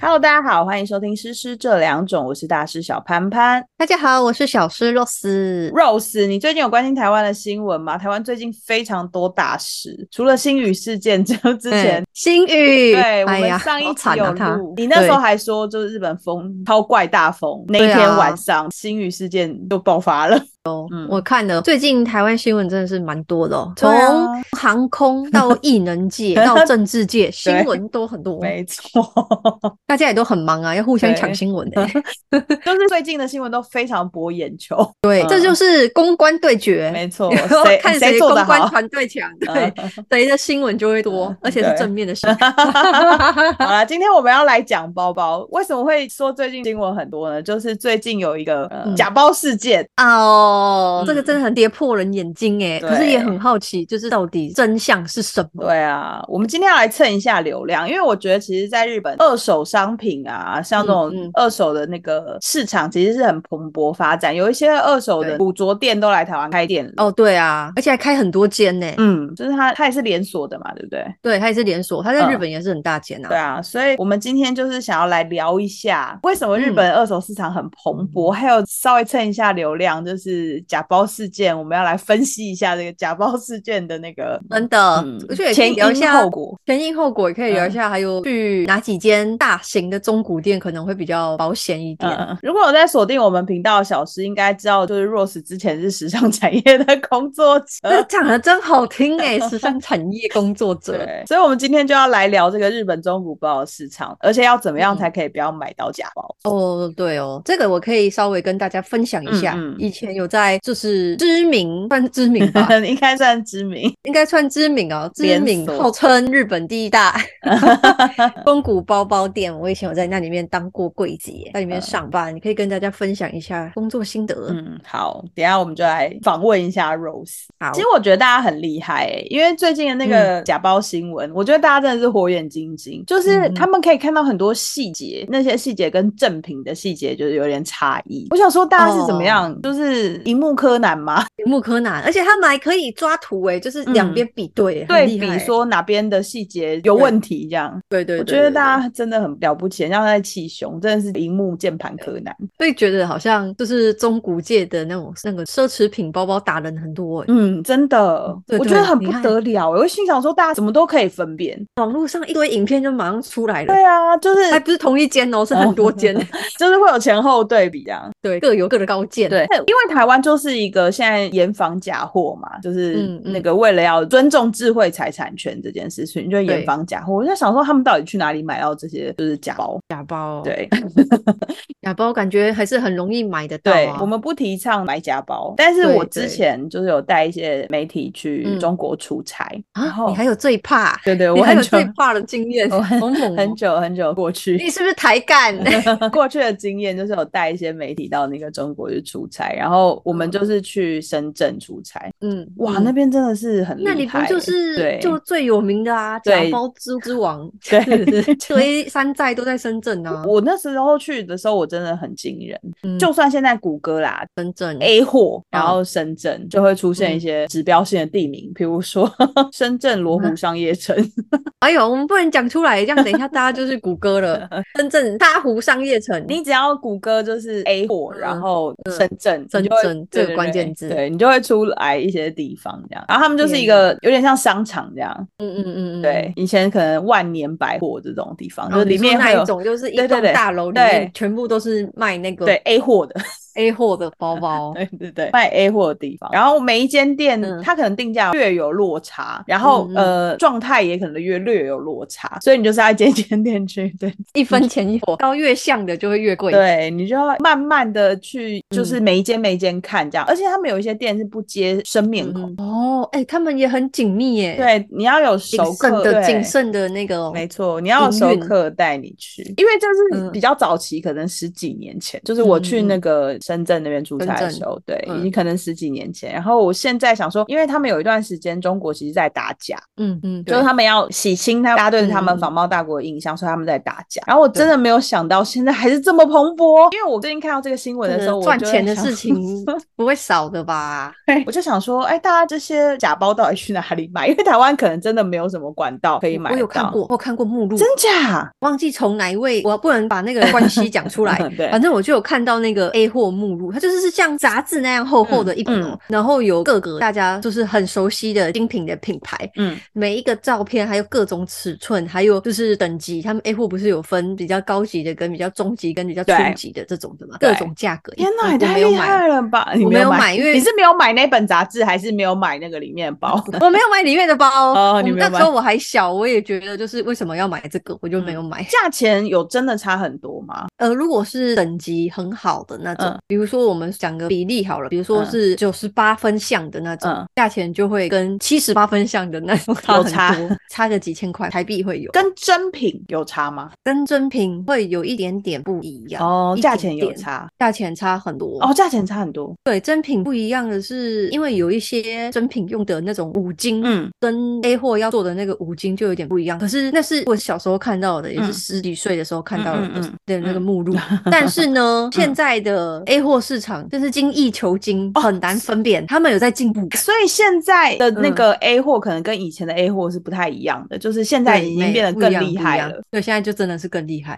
Hello，大家好，欢迎收听《诗诗这两种》，我是大师小潘潘。大家好，我是小诗 Rose。 Rose，你最近有关心台湾的新闻吗？台湾最近非常多大事，除了新宇事件之之前，心语，对嗯我哎呀，们上好一集有惨录，啊他。你那时候对还说就是日本风超怪大风，那一对啊天晚上、新宇事件就爆发了。嗯我看了，最近台湾新闻真的是蛮多的、哦，对从啊航空到艺能 界到政治界，新闻都很多，没错， 大家也都很忙啊，要互相对抢新闻、欸。 就是最近的新闻都非常博眼球。对，嗯这就是公关对决。，没错 谁看谁公做的关好。团队强，对嗯，谁的新闻就会多，而且是对正面的 新闻。 好啦，今天我们要来讲包包。为什么会说最近新闻很多呢？就是最近有一个、呃嗯假包事件，哦，这个嗯真的很跌破人眼睛哎，对啊可是也很好奇，就是到底真相是什么？对嗯啊，我们今天要来蹭一下流量，因为我觉得其实，在日本二手商品啊，像这嗯嗯种二手的那个市场，其实是很蓬勃发展，有一些二手对的古着店都来台湾开店了。哦，对啊，而且还开很多间呢。嗯，就是它，它也是连锁的嘛，对不对？对，它也是连锁，它在嗯日本也是很大间对啊。啊，所以我们今天就是想要来聊一下，为什么日嗯本二手市场很蓬勃，还有稍微蹭一下流量，就是假包事件，我们要来分析一下这个假包事件的那个真的嗯，呃我觉得也可以前聊一因下嗯后嗯果。嗯前因后果，也可以聊一下，还有去哪几间大型的中古店可能会比较保险一点。嗯，如果有在锁定我们频道的小师，应该知道，就是 Rose 之前是时尚产业的工作这 者。讲的真好听哎，时尚产业工作者。对，所以我们今天就要来聊这个日本中古包的市场，而且要怎么样嗯才可以不要买到假包？哦，对哦，这个我可以稍微跟大家分享一下。嗯嗯以前有在就是知名，算知名 吧，应该算知名。应该算知名哦，知连名锁号称日本第一 大 中古包包店。我以前有在那里面当过柜姐，在里面嗯上班，你可以跟大家分享一下工作心得。嗯，好，等一下我们就来访问一下 Rose。好其，实我觉得大家很厉害、欸，因为最近的那个假包新闻，我觉得大家真的是火眼金睛，就是嗯嗯他们可以看到很多细节，那些细节跟正品的细节就是有点差异。我想说，大家是怎么样？哦就是荧幕柯南吗？铃木柯南，而且他们还可以抓图诶，就是两嗯边比对 欸，很对厉害比欸，说哪边的细节有问题，这样。对对，我对觉得对大家真的很了不起，像在气胸，真的是荧幕键盘柯南。会觉得好像就是中古界的那种那个奢侈品包包打人很多诶。欸嗯，真的，对我对觉得很你不看得了、欸。我就心想说，大家怎么都可以分辨？网络上一堆影片就马上出来了对。啊，就是哎还不是同一间哦，是很多间，就是会有前后对比啊。 对，各有各的高见。对，因为台湾就是一个现在严防假货嘛，就是嗯嗯那个为了要尊重智慧财产权这件事情，就严防假货。我就想说，他们到底去哪里买到这些就是假包？假包，哦 对、假包感觉还是很容易买得到对啊。，我们不提倡买假包，但是我对之前就是有带一些媒体去嗯中国出差，然啊，后你还有最怕，对对，你我还很有久最怕的经验，我很好猛哦很久嗯很久过去，你是不是抬干？ 过去的经验就是有带一些媒体到那个中国去出差，然后我们就是去深圳出差。嗯，哇，嗯那边真的是很厉害那欸，里不就是对就最有名的啊，假对包之之王， 对是不 是堆山寨都在深圳啊， 我那时候去的时候，我真的很惊人。嗯就算现在谷歌啦深圳 A 货，然后深圳就会出嗯现一些指标性的地名，比如说 深圳罗嗯湖商业城。哎呦，我们不能讲出来，这样等一下大家就是谷歌 了。深圳大湖商业城， 你只要谷歌就是 A 货，嗯然后深圳，深你就会圳对这个关对对键字对你就会出来一些地方这样。然后他们就是一天个有点像商场这样，嗯嗯嗯嗯，对，以前可能万年百货这种地方，然就后是里面那会有一种就是一对对栋对大楼里面对全部都是卖那个对 A 货的， A 货的包包， 对对对，卖 A 货的地方。然后每一间店嗯，它可能定价略有落差，然后嗯嗯呃状态也可能略略有落差，所以你就是要一间间店去，对一 分钱一货，高越像的就会越贵。对，你就要慢慢的去，就是嗯每一间每一间看这样。而且他们有一些店是不接生面孔，嗯哦，哎、他们也很紧密耶，，对，你要有谨熟慎客，的、对谨慎的那个哦、没错，你要有营熟运客带你去，因为这是嗯比较早期，可能十几年前，就是我去嗯嗯那个深圳那边出差的深圳时候，对，嗯已经可能十几年前。然后我现在想说，因为他们有一段时间中国其实在打假，嗯嗯，就是对嗯他们要洗清他大家对他们仿冒大国的印象，所以他们在打假。然后我真的没有想到现在还是这么蓬勃，因为我最近看到这个新闻的时候，我赚就在钱的想事情不会少的吧？ 我就想说，哎，大家这些假包到底去哪里买？因为台湾可能真的没有什么管道可以买我有到看过，，我有看过目录，真假？忘记从哪一位，我不能把那个关系讲出来。 嗯对反正我就有看到那个 A 货目录，它就是是像杂志那样厚厚的一本哦、嗯嗯然后有各个大家就是很熟悉的精品的品牌，嗯，每一个照片还有各种尺寸，还有就是等级，他们 A 货不是有分比较高级的跟比较中级跟比较初对级的这种的嘛，对各种价格。天我哪，也我太没有厉买，害了吧！你我没有买因为你是没有买那本杂志，还是没有买那个里面的包？我没有买里面的包。哦我你没有那买嗯时候我还小，我也觉得就是为什么要买这个，我就没有买。价钱有真的差很多吗？呃，如果是等级很好的那种，嗯比如说我们讲个比例好了，比如说嗯是九十八分项的那种，嗯价钱就会跟七十八分项的那种差有很差多，差个几千块台币会有，跟跟真品有差吗？跟真品会有一点点不一样，哦一价点钱有点差。价钱差很多。哦，价钱差很多。对，真品不一样的是，因为有一些真品用的那种五金，嗯，跟 A 货要做的那个五金就有点不一样。可是那是我小时候看到的，也是嗯十几岁的时候看到的嗯嗯嗯的那个目 录。但是呢，现在的 A 货市场就是精益求精，很难分辨，他们有在进步。所以哦现在的那嗯个 A 货可能跟以前的 A 货是不太一样的，就是现在对已经没变得不一更样厉不一害样了。对，现在就真的是更厉害。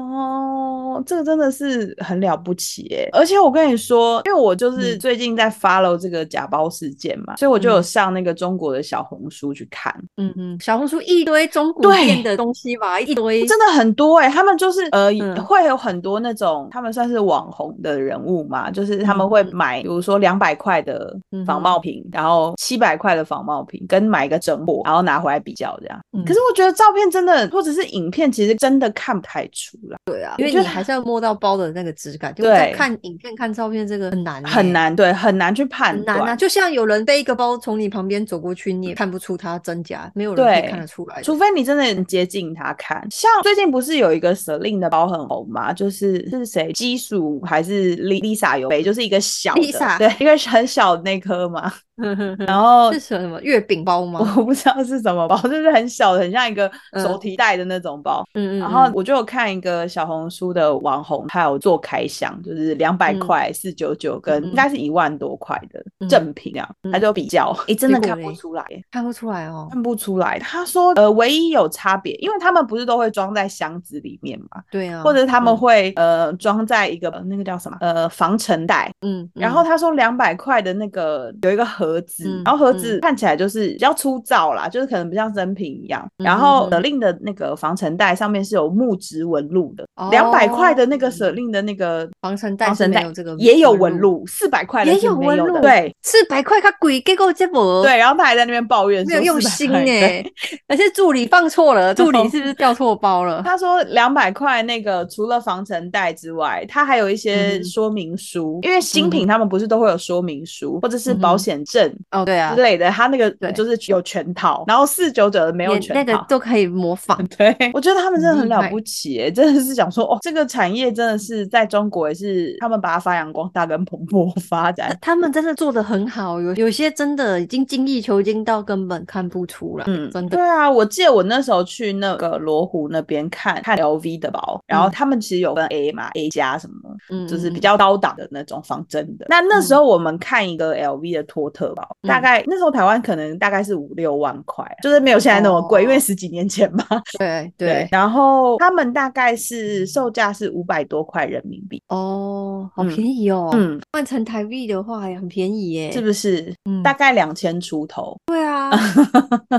哦，这个真的是很了不起耶！而且我跟你说，因为我就是嗯最近在 follow 这个假包事件嘛，所以我就嗯有上那个中国的小红书去看，嗯嗯，小红书一堆中古对店的东西吧，一堆。真的很多哎、他们就是呃、嗯会有很多那种他们算是网红的人物嘛，就是他们会嗯买，比如说两百块的仿冒品，然后七百块的仿冒品，跟买一个整货，然后拿回来比较这样。嗯可是我觉得照片真的或者是影片，其实真的看不太出来。对啊，因为觉你得还是要摸到包的那个质感，就在对看影片、看照片，这个很难欸、很难，对，很难去判很难啊！断。就像有人背一个包从你旁边走过去，你也看不出它真假，没有人可以对看得出来的。除非你真的很接近他看，像最近不是有一个 Celine 的包很红嘛？就是是谁，基鼠还是 Li- Lisa 有背，就是一个小的 Lisa 对，一个很小的那颗嘛。 然后是什么月饼包吗？ 我不知道是什么包，就是很小的，很像一个手嗯提袋的那种包。嗯嗯，然后嗯我就有看一个小红书的网红，他有做开箱，就是两百嗯块、四九九跟嗯应该是一万多块嗯的正品啊，他就比较， 诶，真的结果看不嘞出来耶。看不出来哦。看不出来。他说，呃，唯一有差别，因为他们不是都会装在箱子里面嘛，对啊，或者他们嗯会、呃装在一个呃那个叫什么呃防尘袋。嗯，然后嗯他说两百块的那个有一个盒子，嗯然后盒子看起来就是比较粗糙啦，就是可能不像真品一样。嗯然后嗯嗯 n 令的那个防尘袋上面是有木质纹路的哦，两百块的那个舍嗯令的那个防尘袋防是尘没袋有这个也有纹，路，四百块的也是有没纹的路对四百块它鬼给够这么对，然后他还在那边抱怨没说有用400心块对哎，而且助理放错 了，助理是不是掉错包了？他说两百块那个除了防尘袋之外，它还有一嗯些哼说明书，嗯因为新品他们不是都会有说明书或者是保险证 哦，对啊之，类的，他那个对就是有全套，然后四九九的没有连那全个套。都可以模仿。 对，我觉得他们真的很了很厉害不起耶、真的是想说哦，这个产业真的是在中国也是他们把它发扬光大跟蓬勃发展。他们真的做的很好，有有些真的已经精益求精到根本看不出来，嗯，真的对。啊，我记得我那时候去那个罗湖那边看看 LV 的包，然后嗯他们其实有分 A 嘛，A 加什么嗯，就是比嗯较高档的那种仿真的。那那时候我们看一个 LV 的托特包，嗯大概那时候台湾可能大概是五六万块，啊就是没有现在那么贵，哦因为十几年前嘛。对对然后他们大概是售价是五百多块人民币，哦，好嗯便宜哦，嗯，换成台币的话也很便宜耶，是不是？嗯大概两千出头， 对啊，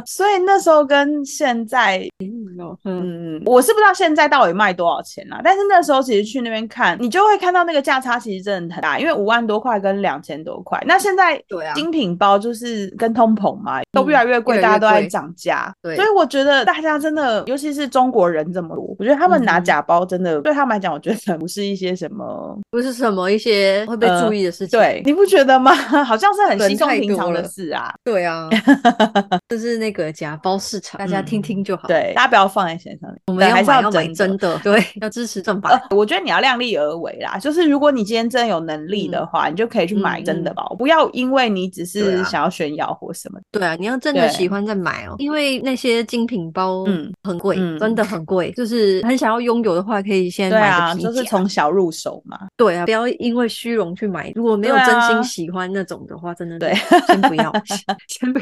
所以那时候跟现在，便宜哦，嗯，嗯，我是不知道现在到底卖多少钱啦。但是那时候其实去那边看，你就会看到那个价差其实真的很大，因为五万多块跟两千多块。那现在对啊，嗯精品包就是跟通膨嘛，都越来越贵，越来越大家都在贵涨价。对所以我觉得大家真的，尤其是中国人这么多，我觉得他们拿嗯哼假包真的、对他们来讲，我觉得不是一些什么。不是什么一些会被注意的事情，呃对，你不觉得吗？ 好像是很人稀松太平常多的了事啊。对 啊，就是那个假包市场，大家听听就好，，对，大家不要放在心上，我我们要还 是买要买真的。嗯真的，对，要支持正版呃，我觉得你要量力而为啦。就是如果你今天真的有能力的话，你就可以去买真的包，不要因为你只嗯对啊是想要炫耀或什么的。对啊，你要真的对喜欢再买哦，因为那些精品包嗯很贵，嗯真的很贵。就是很想要拥有的话，可以先对买啊，个皮就是夹从小入手嘛。对啊，不要因为虚荣去买。如果没有对啊真心喜欢那种的话，真的对 先不要，先不，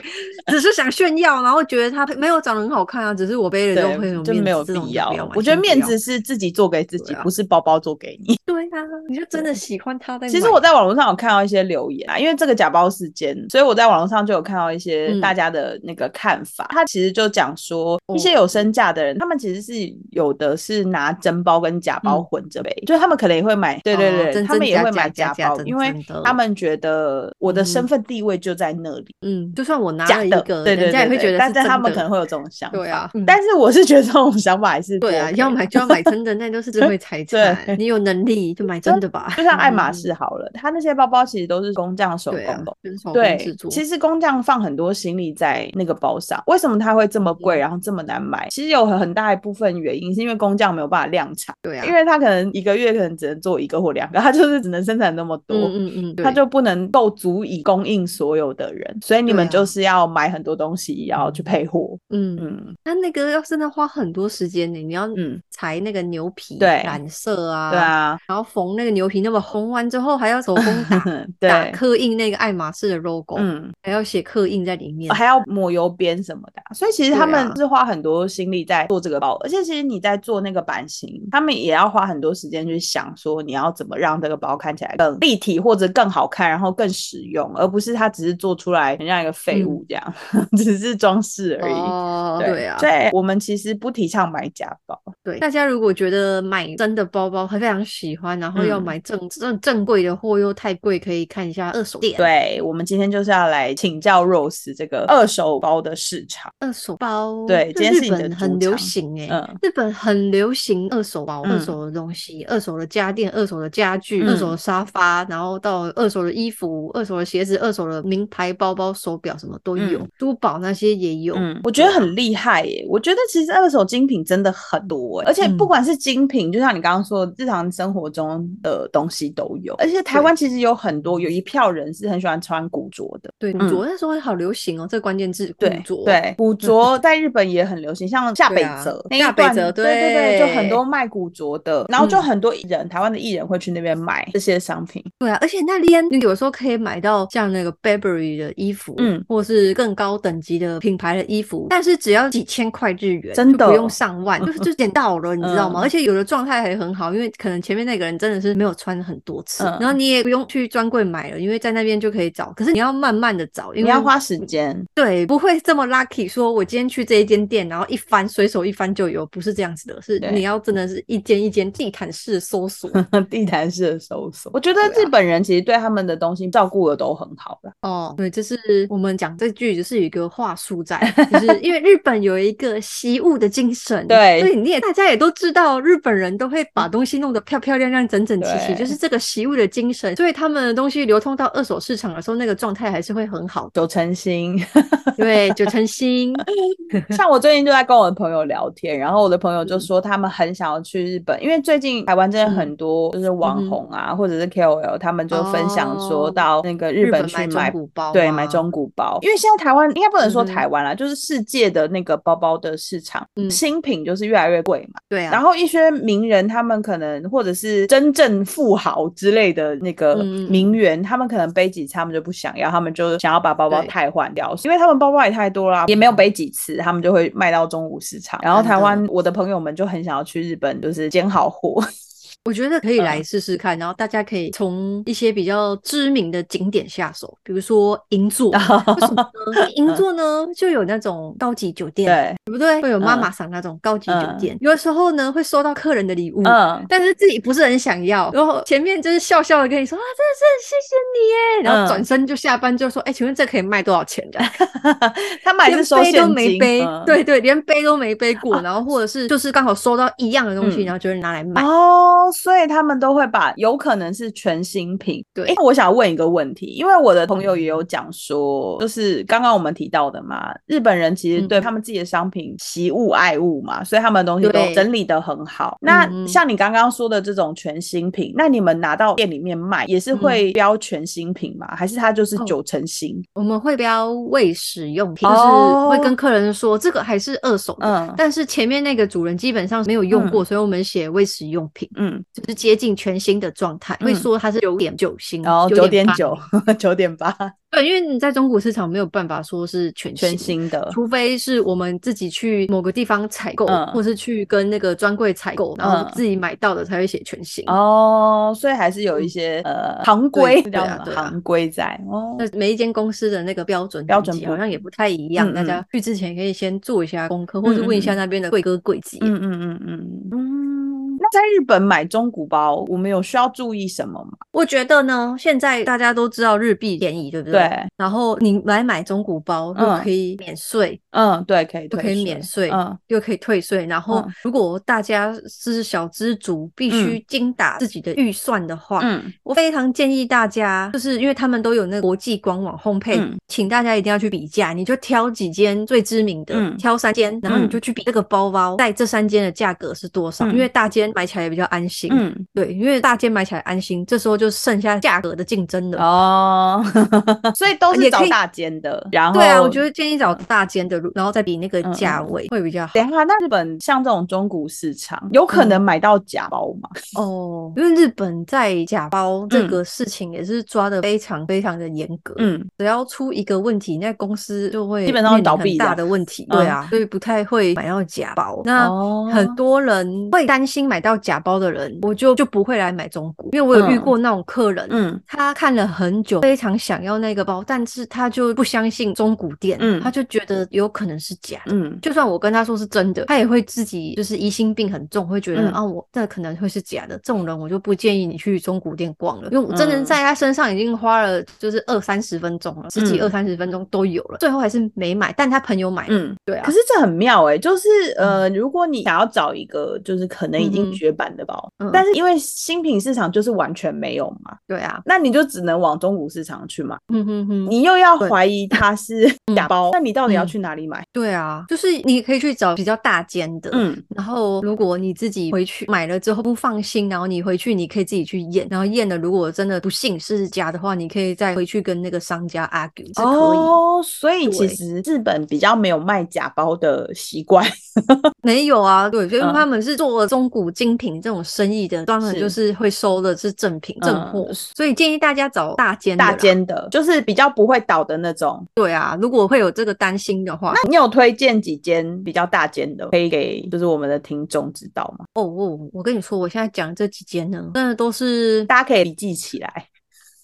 只是想炫耀，然后觉得它没有长得很好看啊，只是我背了就会对有，就面没子有这种就必不要要买。我觉先得不面要子是自己做给自己对啊，不是包包做给你。对啊，你就真的喜欢它再其实买我在网络上有看到一些留言啊，因为这个假包事件，所以我在网络上就有看到一些嗯大家的那个看法。他其实就讲说，一些有身价的人，他们其实是有的是拿真包跟假包嗯混着呗，就是他们可能也会买，对对哦对，真他们真也假会假买假假包，真因为真的他们觉得我的嗯身份地位就在那里，嗯，就算我拿假了一的，个，对对人家也会对觉对，得但是是真他们的可能会有这种想法。对啊，但是我是觉得这种想法还是对啊，不 OK 要买就要买真的，那都是真会财产对。你有能力就买真的吧，就像爱马嗯仕好了，它那些包包其实都是工匠手对啊工的，，就是手工制对作。，其实工匠放很多心力在那个包上，为什么它会这么贵，嗯然后这么难买？其实有很大一部分原因是因为工匠没有办法量产，对啊，因为他可能一个月可能只能做一个或两个，他就是只能生产那么多。嗯嗯嗯，他对就不能够足以供应所有的人，所以你们对啊就是要买很多东西，要去配货。嗯，嗯他那个要真的花很多时间呢，你要嗯，裁那个牛皮，对染色啊，对，啊， 然后缝那个牛皮，那么缝完之后还要手工打打对，刻印那个爱马仕的 logo，嗯，哦还要写刻印在里面。还要抹油边什么的啊、所以其实他对啊们是花很多心力在做这个包，而且其实你在做那个版型，他们也要花很多时间去想说你要怎么让这个包看起来更立体或者更好看，然后更实用，而不是它只是做出来很像一个废物这样， 只是装饰而已。嗯哦，对啊，所以我们其实不提倡买假包，对，大家如果觉得买真的包包还非常喜欢，然后要嗯买正正正规的货又太贵，可以看一下二手店。，对我们今天就是要来请教 Rose 这个二手包的市场。二手包，对这今天是日你的本主很流场行哎、嗯日本很流行二手包、二嗯手的东西、二手的家电、二手的家具、二手嗯的沙发，然后到二手的衣服、二手的鞋子、二手的名牌包包、手表，什么都有，嗯珠宝那些也有。嗯，我觉得很厉害耶、我觉得其实二手精品真的很多、欸，而且不嗯管是精品，就像你刚刚说，日常生活中的东西都有。而且台湾其实有很多，有一票人是很喜欢穿古着的。对，古嗯着那时候好流行哦，这关键字古对着。对，古 着在日本也很流行，像夏对北啊泽、那一夏北段泽对对对，就很对多卖古着的，然后就嗯很多艺人，台湾的艺人会去那边买这些商品。对啊，而且那边你有时候可以买到像那个 Burberry 的衣服，嗯或是更高等级的品牌的衣服，但是只要几千块日元，真就不的哦用上万， 就是就捡到了，你知道吗？嗯而且有的状态还很好，因为可能前面那个人真的是没有穿很多次，嗯然后你也不用去专柜买了，因为在那边就可以找。可是你要慢慢的找，因你为要花时间， 对，不会这么 lucky，说我今天去这一间店，然后一翻随手一翻就有，不是这样子的，是对你要真的是一间一间地毯式地搜索。地毯式的搜索。我觉得对啊日本人其实对他们的东西照顾的都很好啦。哦，对，就是我们讲这句，就是有一个话术在，就是 因为日本有一个惜物的精神，对所以你也大家也都知道，日本人都会把东西弄得漂漂亮亮、整整齐齐，对就是这个惜物的精神，所以他们的东西流通到二手市场的时候，那个状态还是会很好的。九成新，对，九成新，像我最近就在跟我的朋友聊天，然后我的朋友就嗯说他们很想要去日本，因为最近台湾真的嗯很多就是嗯网哼红啊，或者是 KOL，他们就分享说哦到那个 日本本去买中买。古包、啊对，买中，古包，因为现在台湾应该不能说嗯哼台湾啦，就是世界的那个包包的市场，嗯新品就是越来越贵嘛。对啊，然后一些名人，他们可能或者是真正富豪之类的那个嗯嗯嗯名媛，他们可能背几次他们就不想要，他们就想要把包包对汰换掉，因为他们包包也太多啦，也没有背几次，他们就会卖到中午市场。然后真的台湾我的朋友们就很想要去日本，就是捡好货。我觉得可以来嗯试试看，然后大家可以从一些比较知名的景点下手，比如说银座。 为什么呢？因为 银座呢就有那种高级酒店，嗯对，对不对？会有妈嗯妈桑那种高级酒嗯店，有的时候呢会收到客人的礼物。嗯，但是自己不是很想要，然后前面就是笑笑的跟你说啊，真的是很谢谢你耶，然后嗯转身就下班就说，哎、请问这可以卖多少钱的？ 他买是连收背现都没金，背，嗯对 嗯对，连背都没背过，然后或者是就是刚好收到一样的东西，然后就会拿来卖。哦，所以他们都会把有可能是全新品。对诶我想问一个问题，因为我的朋友也有讲说，就是刚刚我们提到的嘛，日本人其实嗯对他们自己的商品惜物爱物嘛，所以他们的东西都对整理得很好。嗯那嗯像你刚刚说的这种全新品，那你们拿到店里面卖也是会标全新品吗？还是它就是嗯哦九成新？我们会标未使用品，就是哦会跟客人说这个还是二手的，嗯但是前面那个主人基本上没有用过，所以我们写未使用品，嗯，就是接近全新的状态，嗯会说它是九点九星，然后九点9.8九，九 点八，对，因为你在中国市场没有办法说是全全新。新的。除非是我们自己去某个地方采购，嗯或是去跟那个专柜采购，然后嗯自己买到的才会写全新。哦，所以还是有一嗯些、呃行规，对对叫啊什么对啊行规在哦。那每一间公司的那个标准标等级准不好像也不太一样，嗯大家去之前可以先做一下功课，或是问一下那边的贵哥贵姐。嗯嗯嗯嗯嗯。那在日本买中古包，我们有需要注意什么吗？我觉得呢，现在大家都知道日币便宜，对不对？对，然后你来买中古包又嗯可以免税，嗯，对，可以又退可以免税嗯又可以退税。然后嗯如果大家是小资族，必须精打自己的预算的话，嗯我非常建议大家，就是因为他们都有那个国际官网 homepage，、嗯请大家一定要去比价，你就挑几间最知名的，嗯挑三间，然后你就去比这个包包在这三间的价格是多少，嗯因为大间买起来也比较安心。嗯，对，因为大间买起来安心，这时候就剩下价格的竞争了。哦， 所以都是嗯啊也找可以大间的，然后对啊，我觉。得建议找大间的，然后再比那个嗯嗯啊价位会比较好。等一下，那日本像这种中古市场，有嗯可能买到假包吗？哦，因为日本在假包这个事情也是抓的非常非常的严格。嗯，只要出一个问题，那公司就会基本上面临倒闭很这样大的问题，嗯对啊，所以不太会买到假包。那哦很多人会担心买到假包的人，我就就不会来买中古，因为我有遇过那种客人，嗯他看了很久，非常想要那个包，但是他就不相信中古店，嗯他就觉得有可能是假的。嗯，就算我跟他说是真的，他也会自己就是疑心病很重，会觉得、嗯啊，我那可能会是假的。这种人我就不建议你去中古店逛了，因为我真的嗯在他身上已经花了就是二三十分钟了，十几嗯二三十分钟都有了，最后还是没买，但他朋友买了。嗯，对啊可，是这很妙哎、就是呃，如果你想要找一个就是可能已嗯经嗯绝版的包，嗯但是因为新品市场就是完全没有嘛，对啊，那你就只能往中古市场去嘛。嗯哼哼，你又要对怀疑它 是假包，那你到底要嗯去哪里买？对啊，就是你可以去找比较大间的，嗯然后，如果你自己回去买了之后不放心，然后你回去你可以自己去验，然后验了如果真的不幸是假的话，你可以再回去跟那个商家 argue 是可以。哦，所以其对实日本比较没有卖假包的习惯。没有啊，对，所以嗯他们是做中古精品这种生意的，专门是就是会收的是正品正嗯货，所以建议大家找大间的啦大。间的，就是比较不会倒的那种。对啊，如果会有这个担心的话，你有推荐几间比较大间的，可以给就是我们的听众知道吗？哦哦，我跟你说，我现在讲这几间呢，真的都是大家可以笔记起来。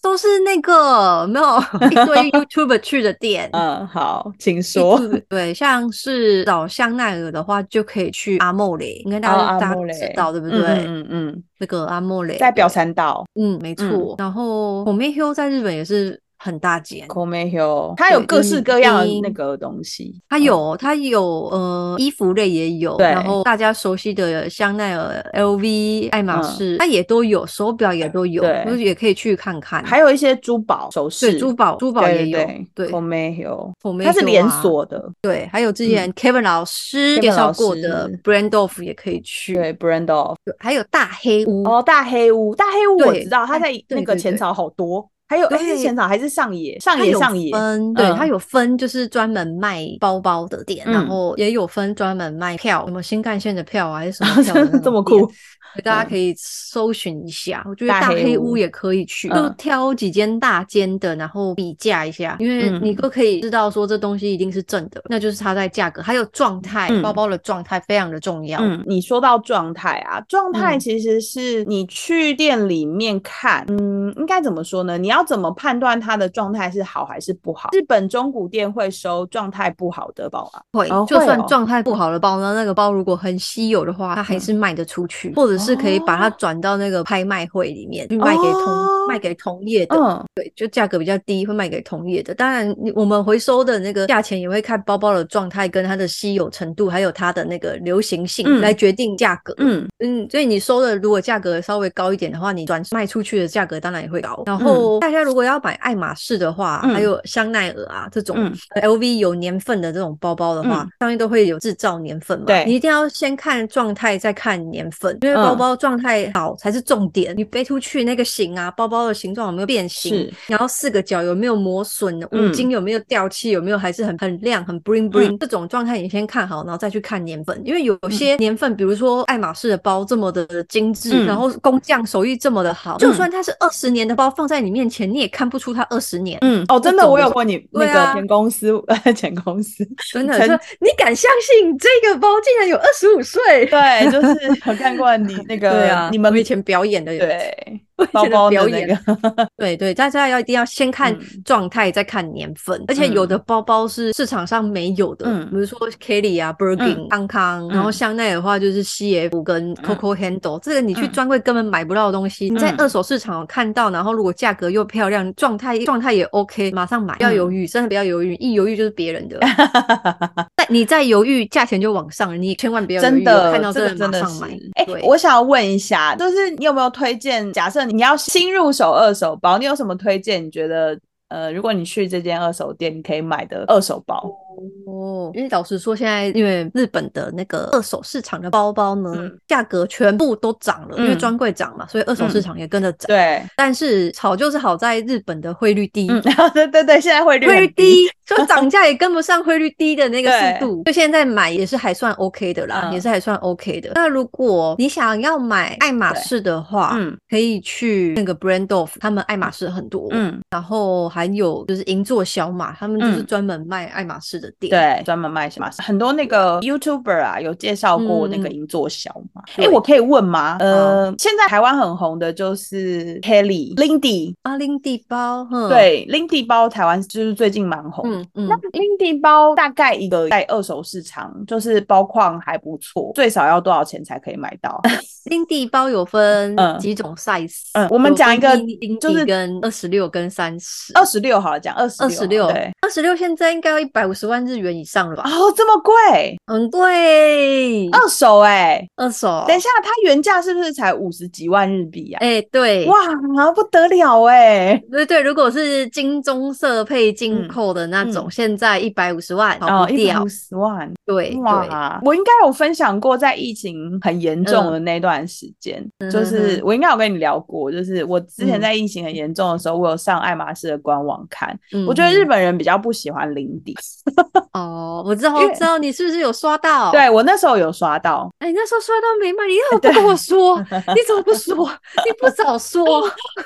都是那个没有 一 堆 YouTube 去的店，嗯，好，请说。 YouTube 对，像是找香奈儿的话，就可以去阿莫雷，应该大哦家、阿大家莫都知雷道对不对？嗯嗯嗯那个阿莫雷嗯，在表对参道嗯，没错。然后 o m e h o 在日本也是很大间， c o m e h o 它有对各就是式你各样的冰那个东西，它嗯有它有呃衣服类也有，对然后大家熟悉的香奈儿、LV、爱马嗯仕，它也都有，手表也都有，对就是也可以去看看。还有一些珠宝首饰，对珠宝，珠宝也有，对 c o m e h o Comejo 它是连啊锁的，对，还有之前 Kevin 老师 Kevin 介绍老过的师 Brand Off 也可以去，对 brand of 对还有大黑屋。哦，大黑屋，大黑屋我对哎知道，它在对那个对浅对草好多，还有哎对是浅草还是上野，上它野有上野，分，对，它嗯有分，就是专门卖包包的店，嗯然后也有分专门卖票，什么新干线的票啊还是什 么票的那种这么店酷，所以大嗯家可以搜寻一下。我觉得大大黑黑屋屋也可以去，就嗯挑几间大间的，然后比价一下，因为你嗯都可以知道说这东西一定是正的，那就是它在价格还有状态，嗯包包的状态非常的重要。嗯，你说到状态啊，状态嗯其实是你去店里面看，嗯，应该怎么说呢？你要要怎么判断它的状态是好还是不好？日本中古店会收状态不好的包啊，会哦，就会算哦嗯状态不好的包呢，那个包如果很稀有的话，它还是卖得出去，或者是可以把它哦转到那个拍卖会里面去卖给同、哦卖给同业的，嗯，对，就价格比较低，会卖给同业的。当然，你我们回收的那个价钱也会看包包的状态、跟它的稀有程度，还有它的那个流行性嗯来决定价格。嗯，嗯，所以你收的如果价格稍微高一点的话，你转卖出去的价格当然也会高。然后大家如果要买爱马仕的话，嗯还有香奈儿啊这种、嗯 LV 有年份的这种包包的话，上面都会有制造年份嘛。对你一定要先看状态，再看年份，因为包嗯包状态好才是重点。你背出去那个型啊，包包的形状有没有变形是，然后四个角有没有磨损，五嗯金有没有掉漆，有没有还是很很亮很 bling bling、这种状态，你先看好，然后再去看年份，因为有嗯些年份，比如说爱马仕的包这么的精致，嗯然后工匠手艺这么的好，就算它是二十年的包放在你面前，你也看不出它二十 年。嗯，哦，真的，懂我的有过你那对啊个前公司，呃前公 司，真的，陈就你敢相信这个包竟然有二十五岁？啊对，就是 有看过你那个，啊你们我以前表演的有对以包前的包表的演那个，对对，大家要一定要先看嗯状态，再看年份。而且有的包包是市场上没有的，嗯比如说 Kelly 啊、Birkin、康康，然后嗯香奈儿的话就是 CF 跟 Coco Handle，、这个你去嗯专柜根本买不到的东西，你在嗯二手市场有看到，然后如果价格又漂亮，状态状态也 OK，马上买，嗯不要犹豫，真的不要犹豫，一犹豫就是别 人的。但你再犹豫，价钱就往上了，你千万不要犹豫真的，有看到这个真马的上是买。。哎、对我想要问一下，就是你有没有推荐？假设你要新入手二手包，你有什么推荐？你觉得呃，如果你去这间二手店，你可以买的二手包？哦，因为老实说，现在因为日本的那个二手市场的包包呢嗯，价、格全部都涨了，因为嗯专柜涨嘛，所以二手市嗯场也跟着涨。对，但是好就是好在日本的汇率低，嗯， 对对对，现在汇率汇率很低，低，所以涨价也跟不上汇率低的那个速对度。就现在买也是还算 OK 的啦，嗯也是还算 OK 的。那如果你想要买爱马对仕的话，嗯可以去那个 Brand of，他们爱马仕很多，嗯，然后还有就是银座小马，他们就是嗯专门卖爱马仕的店。对，专门卖什么？很多那个 YouTuber 啊，有介绍过那个嗯银座小马。哎、对嗯我可以问吗？呃，现在台湾很红的就是 Kelly、Lindy，、阿林啊地包，哼，，对，Lindy 包台湾就是最近蛮红的嗯嗯那，Lindy 包大概一个在二手市场，就是包况还不错，最少要多少钱才可以买到？ 林地包有分嗯几种 size，嗯我们有讲分一个一零就是一跟二十六跟三十，二十六好了，讲二十二十六对，，二十六现在应该要一百五十万日元以上了吧？哦，这么贵，很贵，二手哎、二手，等一下，它原价是不是才五十几万日币呀、啊哎、对，哇，不得了哎、对对，如果是金棕色配金嗯扣的那种，嗯现在一百五十万跑哦，不一百掉，五十万，对对，嗯哇！我应该有分享过，在疫情很严重的那段时间，就是我应该有跟你聊过，就是我之前嗯在疫情很严重的时候，我有上爱马仕的官网看，嗯我觉得日嗯本人比较不喜欢零底，哦，我知道因为知道你是不是有刷到？对我那时候有刷到，哎，你那时候刷到没卖，你 怎么不对跟我说？你怎么不说？你不早 说？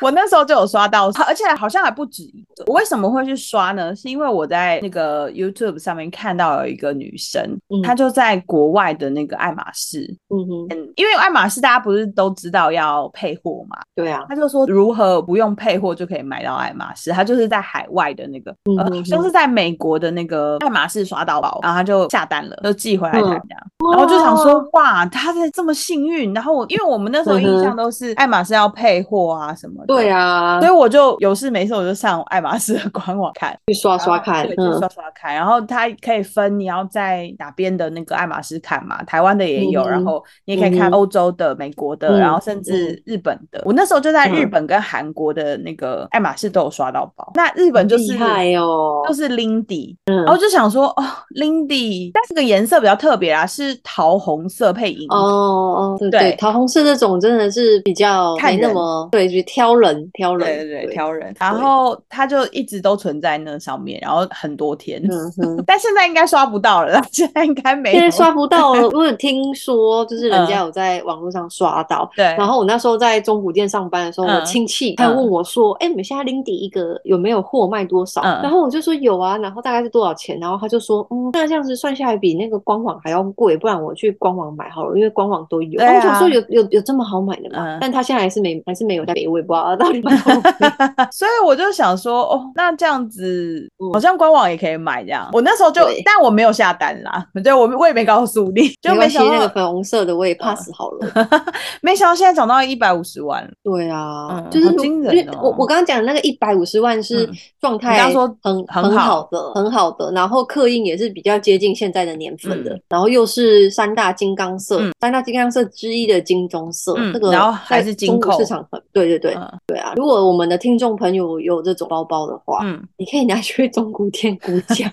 我那时候就有刷到，而且好像还不止一个。我为什么会去刷呢？是因为我在那个 YouTube 上面看到有一个女生，嗯她就在国外的那个爱马仕，嗯哼，嗯，因为爱马仕大家不是都知道要配货嘛，对啊，她就说如何不用配货就可以买到爱马仕，她就是在海外的那个，嗯呃，哼好像是在美国的那个爱马仕刷到宝，然后她就下单了，就寄回来台嗯湾这样。然后就想说哇，哇，他在这么幸运。然后我，因为我们那时候印嗯象哼都是爱马仕要配货啊什么的，对，啊所以，我就有事没事我就上爱马仕的官网看，去刷刷看，啊对，就嗯刷刷看。然后它可以分你要在哪边的那个爱马仕看嘛，台湾的也有，嗯然后你也可以嗯看欧洲的、美国的，嗯然后甚至日本的。我那时候就在日嗯本跟韩国的那个爱马仕都有刷到包。那日本就是厉害哦就是 Lindy，嗯然后就想说哦，Lindy，但这个颜色比较特别啊，是桃红色配银哦哦，对对桃红色这种真的是比较看没那人么对，就挑人挑人，对对对，挑人，然后它就一直都存在那上面，然后很多天，嗯哼，但现在应该刷不到了啦，现 现在应该 没现在有。嗯刷不到了。我有听说，就是人家有在网络上刷到。对，然后我那时候在中古店上班的时候，嗯我亲戚他问我说：“哎、你们现在拎底一个有没有货卖多少？”嗯然后我就说有啊，然后大概是多少钱？然后他就说：“嗯，那这样子算下来比那个官网还要贵，不然我去官网买好了，因为官网都有。对啊我想说有有有这么好买的吗？嗯但他现在还是没还是没有在北魏，不知道到底买好没有所以我就想说，哦，那这样子嗯好像官网也可以买这样。我那时候就对，但我没有下单啦，对我我也没告诉你， 就 没没关系，想那到嗯个粉红色的我也 pass 好了。没想到现在涨到一百五十万了。对啊，嗯就是好如惊因人为哦我我刚刚讲的那个一百五十万是嗯状态刚说很很很好的，很好的，然后刻印也是比较接近现在的年份的，然后又是三大金刚色，嗯三大金刚色之一的金棕色，嗯这个然后还在是金中国扣市场很对对对、嗯对啊。如果我们的听众朋友有这种包包的话， 嗯，你可以拿去中古店估价，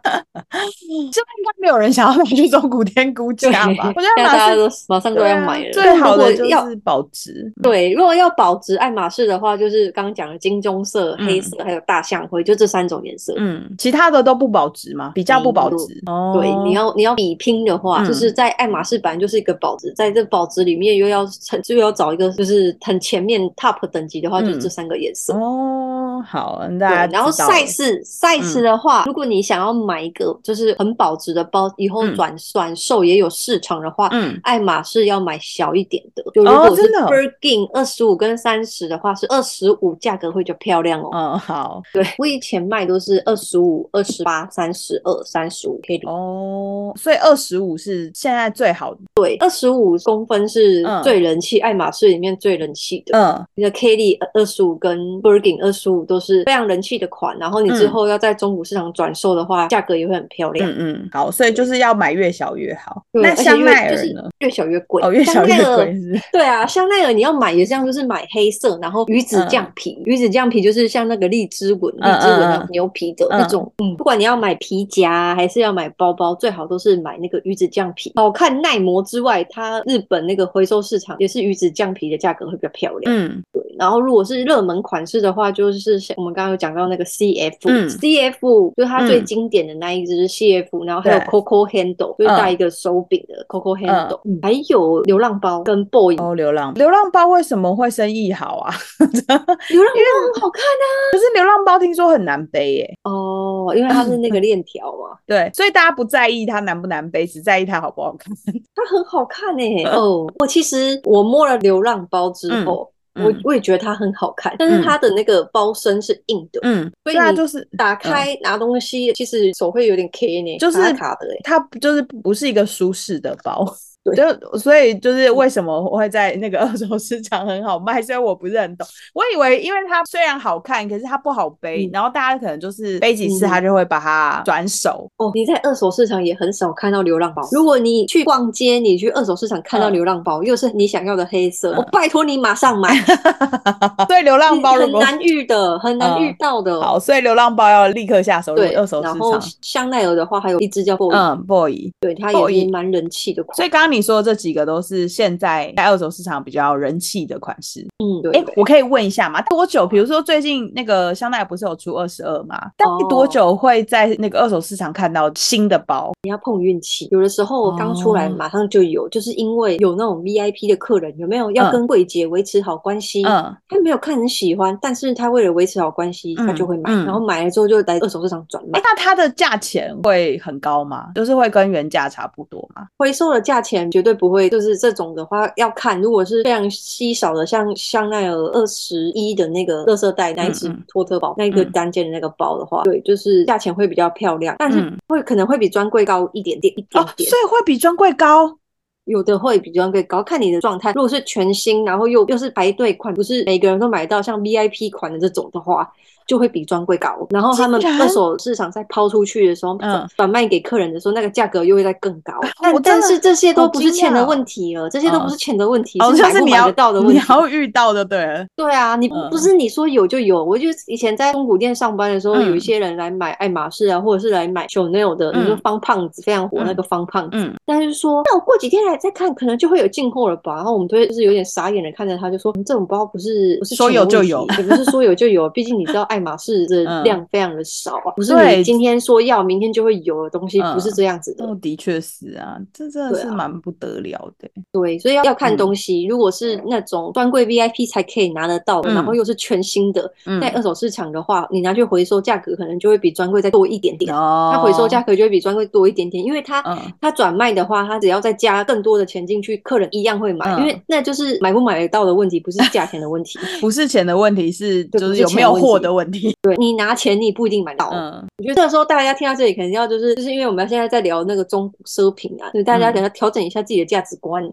现在应该没有人想要拿去中古店估对， 价吧？我觉得现在大马家是都马上都对要啊买了，最好如果的就要是保值。对，如果要保值爱马仕的话，就是刚刚讲的金棕色、嗯黑色还有大象灰，就这三种颜色。嗯，其他的都不保值吗？比较不保值哦。对，你要你要比拼的话，嗯就是在爱马仕版就是一个保值，在这保值里面又要成就要找一个就是很前面 top 等级的话，嗯就是这三个颜色。哦，好，对那大家，然后知道了嗯 size size 的话，如果你想要买一个就是很保值的包，以后嗯转转售也有市场的话，嗯爱马仕要买小一点的，就如哦果是真的哦 Birkin 二十五跟三十的话，是二十五，价格会就漂亮哦。嗯好对我以前卖都是二十五、二十八、三十二、三十五 K 的，哦，所以二十五是现在最好的。对，二十五公分是嗯最人气，爱马仕里面最人气的。嗯你的 k d 二十五跟 Bergin 二十五都是非常人气的款，然后你之嗯后要在中古市场转售的话，价格也会很漂亮。嗯嗯，好，所以就是要买越小越好。对，那而且香越奈就儿是呢？越小越贵，哦，越香小越奈儿贵是不是。对啊，香奈儿你要买也这样，就是买黑色，然后鱼子酱皮，鱼子酱皮就是像那个荔枝纹、嗯荔枝纹嗯那嗯种牛皮的嗯那种。嗯，不管你要买皮夹啊还是要买包包，最好都是买那个鱼子酱皮，好看耐磨之外，它日本那个回收市场也是鱼子酱皮的价格会比较漂亮。嗯然后如果是热门款式的话，就是像我们刚刚有讲到那个 CF，嗯 CF 就是它最嗯经典的那一只是 CF，然后还有对嗯 Coco Handle，就是带一个手柄的 Coco Handle，嗯还有流浪包跟 Boy。哦，流浪流浪包为什么会生意好啊？流 可浪包很好看啊！是流浪包听说很难背耶。哦，因为它是 那个链条嘛，对，所以大家不在意它难不难背，只在意它好不好看。它很好看诶、哦，我其实我摸了流浪包之后，嗯我嗯我也觉得它很好看，但是它的那个包身是硬的，嗯，所以对啊，你就是打开拿东西，其实手会有点 K 呢、就是卡卡的诶、欸它不就是不是一个舒适的 包。对就所以就是为什么会在那个二手市场很好卖，所以我不是很懂。我以为因为它虽然好看，可是它不好背，嗯然后大家可能就是背几嗯次，它就会把它转手。哦，你在二手市场也很少看到流浪包。如果你去逛街，你去二手市场看到嗯流浪包，又是你想要的黑色，嗯我拜托你马上买，啊所以流 浪包如很果难遇的，很难嗯遇到的。好，所以流浪包要立刻下手，对，二手市然后场。香奈儿的话，还有一只叫 Boy，、嗯，boy。对，它，Boy 也是蛮人气的款。所以刚刚你说的这几个都是现在在二手市场比较人气的款式。嗯，对，哎、我可以问一下吗？多久？比如说最近那个香奈儿不是有出二十二吗？大概多哦久会在那个二手市场看到新的包？你要碰运气。有的时候刚出来哦马上就有，就是因为有那种 VIP 的客人，有没有要嗯跟柜姐维持好关系？嗯，他没有看很喜欢，但是他为了维持好关系，他就会买，嗯嗯然后买了之后就来二手市场转卖。哎、那它的价钱会很高吗？就是会跟原价差不多吗？回收的价钱绝对不会，就是这种的话要看，如果是非常稀少的，像香奈儿二十一的那个乐色袋那一只嗯嗯托特包，那个嗯单件的那个包的话，对，就是价钱会比较漂亮，但是嗯会可能会比专柜高一点点，一哦点，所点，以会比专柜高。有的会比专柜高，看你的状态。如果是全新，然后又又是排队款，不是每个人都买到像 VIP 款的这种的话，就会比专柜高。然后他们竟然二手市场在抛出去的时候，嗯哦转转卖给客人的时候，那个价格又会再更高。但我真的但是这些都不好是惊讶钱的问题了，这些都不是钱的问题，哦，就买是不你买要得到的问你题。要遇到的，对了。对啊，你不嗯不是你说有就有。我就以前在中古店上班的时候，嗯有一些人来买爱马仕啊，或者是来买 Chanel 的，嗯你说方胖子非常火嗯那个方胖子，嗯但是说，那我过几天来来再看，可能就会有进货了吧？然后我们都会就是有点傻眼的看着他，就说、嗯这种包不是不是说钱有的就问题有也不 是说有就有。毕竟你知道爱马仕的嗯量非常的少啊，不是对你今天说要，明天就会有的东西，不是嗯这样子的。哦，的确是啊，这真的对是啊蛮不得了的欸。对，所以要要看嗯东西，如果是那种专柜 VIP 才可以拿得到的，然后嗯又是全新的，嗯在二手市场的话，你拿去回收，价格可能就会比专柜再多一点点。哦，它回收价格就会比专柜多一点点，因为它嗯它转卖的话，它只要再加更多的钱进去，客人一样会买，嗯因为那就是买不买得到的问题，不是价钱的问题。不是钱的问题，是对就不是是有钱没有的问货题的问题。对你拿钱，你不一定买到。 嗯，我觉得这个时候大家听到这里，肯定要就是就是因为我们现在在聊那个中古奢品啊，所以大家嗯可能要调整一下自己的价值观，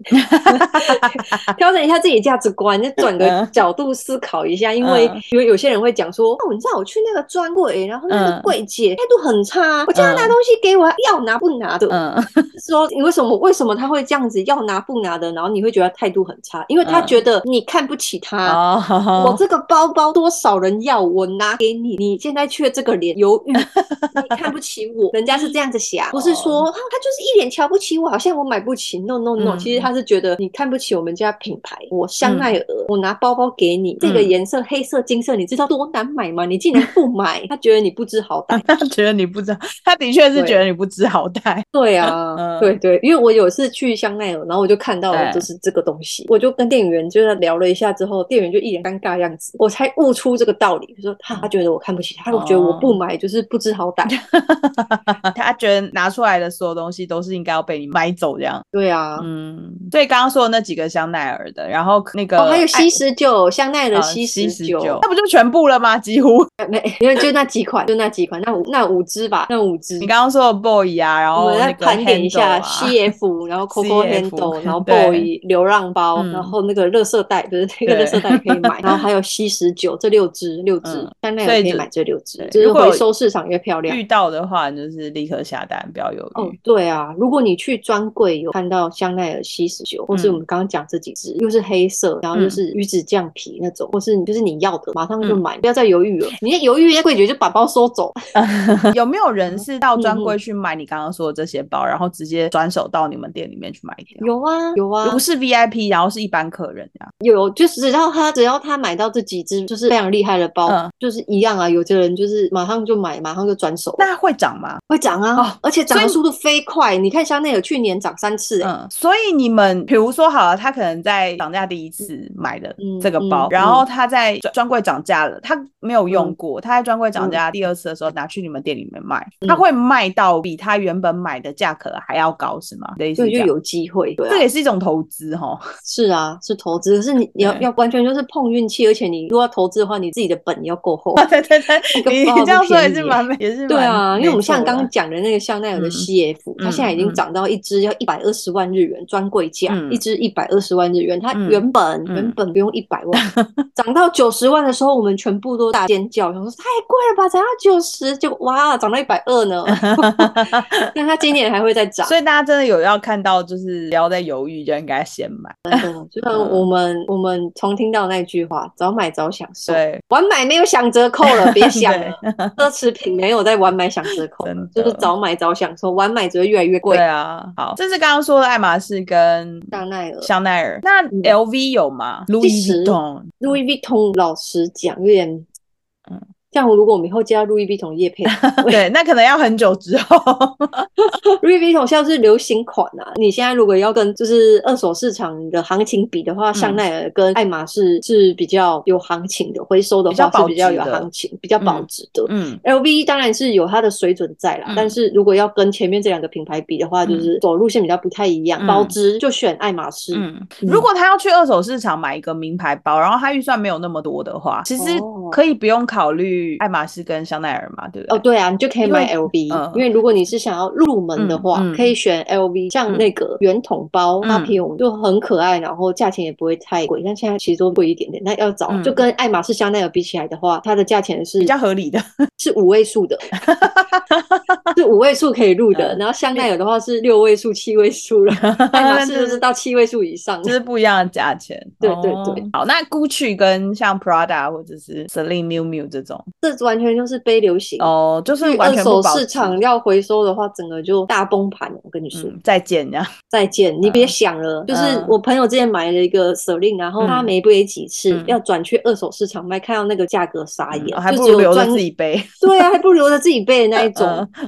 调整一下自己的价值观，就转个嗯角度思考一下，因为嗯因为有些人会讲说，哦，你知道我去那个专柜，然后那嗯个柜姐态度很差啊，我叫她拿嗯东西给我，要拿不拿的，嗯，说你为什么为什么他会这样子要拿不拿的，然后你会觉得态度很差，因为他嗯觉得你看不起他。哦，啊我这个包包多少人要，我拿给你，你现在却这个脸犹豫，你看不起我，人家是这样子 哦想，不是说啊他就是一脸瞧不起我，好像我买不起。No No No，、嗯其实他是觉得你看不起我们家品牌，我香奈儿，我拿包包给你，这个嗯颜色黑色、金色，你知道多难买吗？你竟然不买，他觉得你不知好歹。 他觉得你不知道，他的确是对觉得你不知好歹。对啊，嗯对对，因为我有一次去香奈儿，然后我就看到对了就是这个东西，我就跟店员就是聊了一下之后，店员就一脸尴尬样子，我才悟出这个道理，就说他嗯他觉得我看不起他，我觉哦得我不买就是不知 好歹。 他觉得拿出来的所有东西都是应该要被你买走这样。对啊，嗯，所以刚刚说的那几个香奈儿的，然后那个哦，还有爱西十九，香奈儿的哎呃西西十十九，那不就全部了吗？几乎没， 因为就那几款，就那几款，那五那五支吧，那五支你。刚刚说的 boy 啊，然我后们那来个盘点一 Handle 下啊 CF，然后 Coco CF Handle，然后对 Boy 流浪包，嗯然后那个垃圾袋，就是那个对垃圾袋可以买，然后还有吸十九这六支，六支嗯，香奈所儿以可以就买这六支对，就是如果有回收市场越漂亮遇。到的话，你就是立刻下单，不要犹哦豫。，对啊，如果你去专柜有看到香奈儿吸十九，或是嗯我们刚刚讲这几支，又是黑色，然后又是鱼子酱皮那种，或是你就是你要的，马上就嗯买，不要再犹豫了。你一犹豫，那柜姐就把包收走。 有没有人是到专嗯嗯柜去买你刚刚说的这些包，然后直接转手到你们店里面去买掉？有啊，有啊，不是 VIP，然后是一般客人这样。有，就只要他只要他买到这几只就是非常厉害的包，嗯就是一样啊。有的人就是马上就买，马上就转手，那会涨吗？会涨啊，哦而且涨所的以速度飞快。你看香奈儿去年涨三次、欸，嗯，所以你们比如说好了，他可能在涨价第一次买的嗯这个包，嗯然后嗯他在专专柜涨价了，他没有用嗯过，他在专柜涨嗯价第二次的时候拿去你们店里面卖，嗯他会卖到比他原本买的价格还要高，是吗？你的意思所是以这就样有机会。对这啊，也是一种投资哦哈。是啊，是投资，可是你你要对要完全就是碰运气，而且你如果要投资的话，你自己的本要够厚。 对对对，那个你包你这样不说也便宜是欸蛮美也是对啊，蛮因为我没们像错刚的刚讲的那个香奈儿的嗯 CF，、它现在已嗯经嗯涨到一支要一百二十万日元专柜价，嗯一支一百二十万日元。它嗯原本、嗯原本不用一百万，涨到九十万的时候，我们全部都大尖叫，想说太贵了吧，涨到九十就哇，涨到一百二 呢。 但它今年还会再涨。所以大家真的有要看到，就是不要再犹豫，就应该先买。嗯就像嗯我们我们重听到那句话，早买早享受，对，晚买没有享折扣了，别想 对了，奢侈品没有在晚买享折扣了 真，就是的早买早享受，晚买只会越来越贵对。啊，好，这是刚刚说的爱马仕跟香奈儿、香奈儿，那嗯 LV 有吗？Louis 实 Vuitton， Louis Vuitton，老实讲有点，嗯嗯，像我如果我们以后接到 Louis Vuitton 叶 配对，那可能要很久之后。 ，Louis Vuitton 现在是流行款啊。你现在如果要跟就是二手市场的行情比的嗯话，香奈儿跟爱马仕是比较有行情的，回收的比较话是保比较值有的行情，比较保嗯值的。嗯 L V 当然是有它的水准在啦，嗯但是如果要跟前面这两个品牌比的话，嗯就是走路线比较不太一样。嗯包值就选爱马仕，嗯，如果他要去二手市场买一个名牌包，然后他预算没有那么多的话，其实哦可以不用考虑爱马仕跟香奈儿嘛，对不对？哦，对啊，你就可以买因 LV，嗯因为如果你是想要入门的话，嗯嗯可以选 LV，像那个圆筒包、嗯拉皮绒就很可爱，然后价钱也不会太贵，但现在其实都贵一点点。那要找、嗯就跟爱马仕、香奈儿比起来的话，它的价钱是 比较合理的。是五位数的，是五位数可以入的，嗯然后香奈儿的话是六位数、七位数了，爱 马仕就是到七位数以上这。是不一样的价钱。对对哦对好，那 Gucci 跟像 Prada 或者是 Celine Miu Miu 这种，这完全就是非流行。哦，就是去完二全不手保市值场要回收的话，整个就大崩盘。我跟你说，嗯，再见这样。再见，你别想了。就是嗯我朋友之前买了一个 Celine，然后他嗯没背几次，嗯要转去二手市场卖，看到那个价格傻眼，嗯还就不只如有留着赚自己背。 对啊，还不留着自己背的那一种。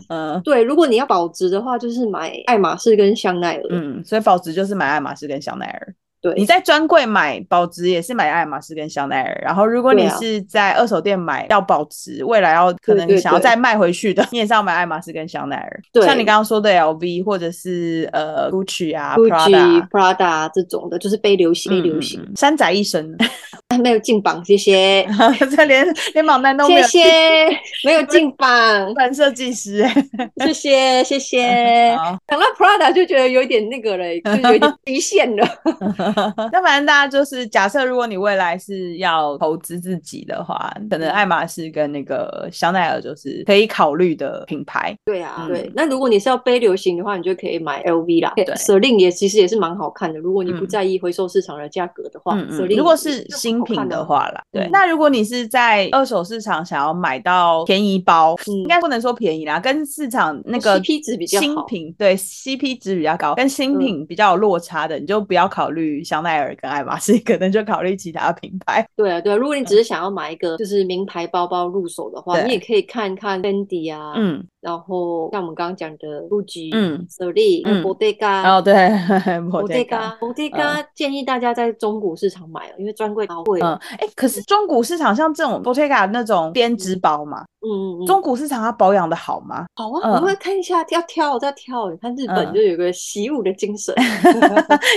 嗯对，如果你要保值的话，就是买爱马仕跟香奈儿。嗯，所以保值就是买爱马仕跟香奈儿。对你在专柜买保值也是买爱马仕跟香奈儿，然后如果对你啊是在二手店买要保值，未来要可对能对想要对再卖回去的， 你也是要买爱马仕跟香奈儿。对像你刚刚说的 LV 或者是呃 Gucci 啊 Gucci、 Prada。 Prada 这种的，就是被流行，被嗯流嗯行，嗯山仔一生， 哎没有进榜，谢谢，这连连榜 单都没谢有。谢， 没有进 榜，版设计师、欸谢谢，谢 谢。好，讲到 Prada 就觉得有点那个了，就有 点极限了。那反正大家就是假设，如果你未来是要投资自己的话，可嗯能爱马仕跟那个香奈儿就是可以考虑的品牌。对啊，嗯对。那如果你是要背流行的话，你就可以买 LV 啦。对 Celine 也其实也是蛮好看的，如果你不嗯在意回收市场的价格的话嗯嗯， ，Celine 如果也是蛮新好看品的啊，话啦，对。嗯那如果你是在二手市场想要买到便宜包，嗯应该不能说便宜啦，跟市场那个 CP 哦值比较新好嗯品对 CP 值比较高，跟新品比较有落差的，你就不要考虑香奈儿跟爱马仕，可能就考虑其他品牌。对啊，对啊。如果你只是想要买一个就是名牌包包入手的话，嗯对你也可以看看 Fendi 啊，嗯，然后像我们刚刚讲的 Gucci、嗯 Celine、嗯 Bottega。哦对， 嗯 b o 我 t 在 t e g 讲 a b o t t e g a 建议大家在中古市场买哦，因为专柜好贵哦。哎、可是中古市场像这种 Bottega 那种编织包嘛，嗯嗯嗯，中古市场它保养的好吗？好啊，嗯我会看一下，要挑要挑。你看日嗯本就有个习武的精 神，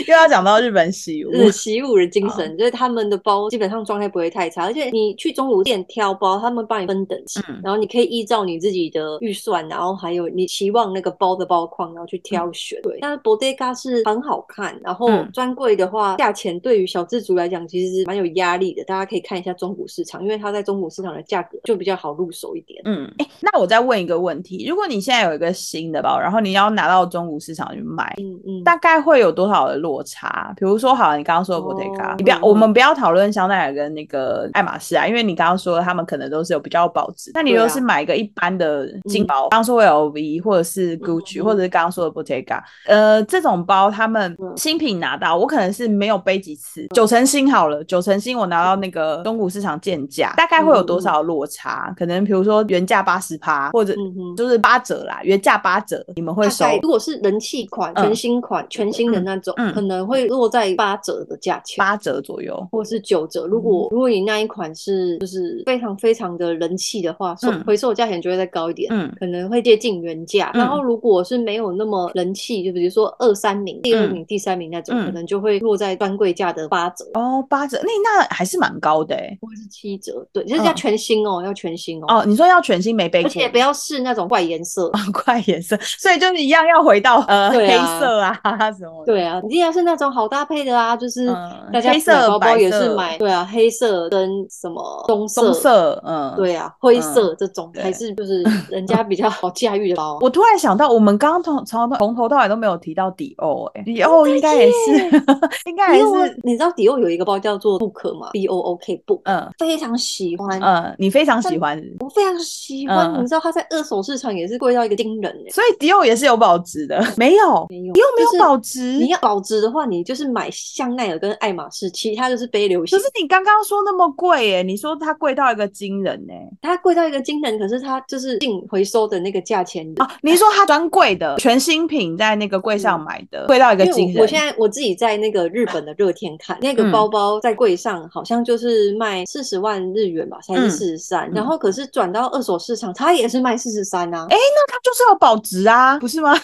又要讲到日本洗屋，日习武的精神就是他们的包基本上状态不会太差，而且你去中古店挑包，他们帮你分等级，嗯然后你可以依照你自己的预算，然后还有你期望那个包的包框，然嗯后去挑选。对，但是 Bottega 是很好看，然后嗯专柜的话，价钱对于小资族来讲其实是蛮有压力的，大家可以看一下中古市场，因为它在中古市场的价格就比较好入手一点。嗯，哎、那我再问一个问题：如果你现在有一个新的包，然后你要拿到中古市场去卖，嗯嗯，大概会有多少的落差？比如说，好了，你刚刚说的哦 Bottega，、你不要，我们不要讨论香奈儿跟那个爱马仕啊，因为你刚刚说他们可能都是有比较有保值。那你如对啊果是买一个一般的金包，刚刚说 LV 或者是 Gucci，、嗯嗯或者是刚刚说的 Bottega，呃，这种包他们嗯新品拿到，我可能是没有背几次，九成新好了，九成新我拿到那个中古市场贱价，大概会有嗯多少落差？可能比如说原价八十趴，或者嗯哼。就是八折啦，原价八折，你们会收大概如果是人气款、嗯全新款、全新的那种，嗯嗯可能会落在八折的价钱，八折左右。或是九折。如嗯果如果你那一款是就是非常非常的人气的话，售嗯回售价钱就会再高一点。嗯可能会接近原价，嗯然后如果是没有那么人气，就比如说二三名、第二嗯名、第三名那种，嗯可能就会落在专柜价的八折哦，八折，那那还是蛮高的欸或是七折。对，就是要嗯全新哦，要全新哦，哦。你说要全新没背而过， 且不要试那种怪颜色。怪颜色，所以就是一样要回到呃、对黑啊色啊 什么的。对啊，你一定要是那种好搭配的啊，就是嗯大家黑买色包白包也是色买对啊，黑色跟什么棕色，棕色，嗯，。对啊，灰色这种对还是就是人家比较好驾驭的包。 我突然想到，我们刚刚从从头从头到尾都没有提到迪欧，哎，迪欧应该也是， 应该迪也奥是，，你知道迪奥有一个包叫做 Book 吗？B O O K Book，嗯非常喜欢，嗯，你非常喜欢，我非常喜欢。嗯你知道它在二手市场也是贵到一个惊人欸所以迪欧也是有保值的， 没有，没有迪欧没就是有保值，你要保值的话，你就是买香奈儿跟爱马仕，其他就是背流可行是。你刚刚说那么贵，哎，你说它贵到一个惊人，哎，它贵到一个惊人，可是它就是进回收的那个价钱哦，你说它专柜的全新品在那个柜上买的，贵、到一个嗯因惊为人。我我现在我自己在那个日本的热天看那个嗯包包在柜上好像就是卖四十万日元吧，才是嗯四十三，嗯然后可是转到二手市场，它也是卖四十三啊。哎那它就是要保值啊，不是 吗？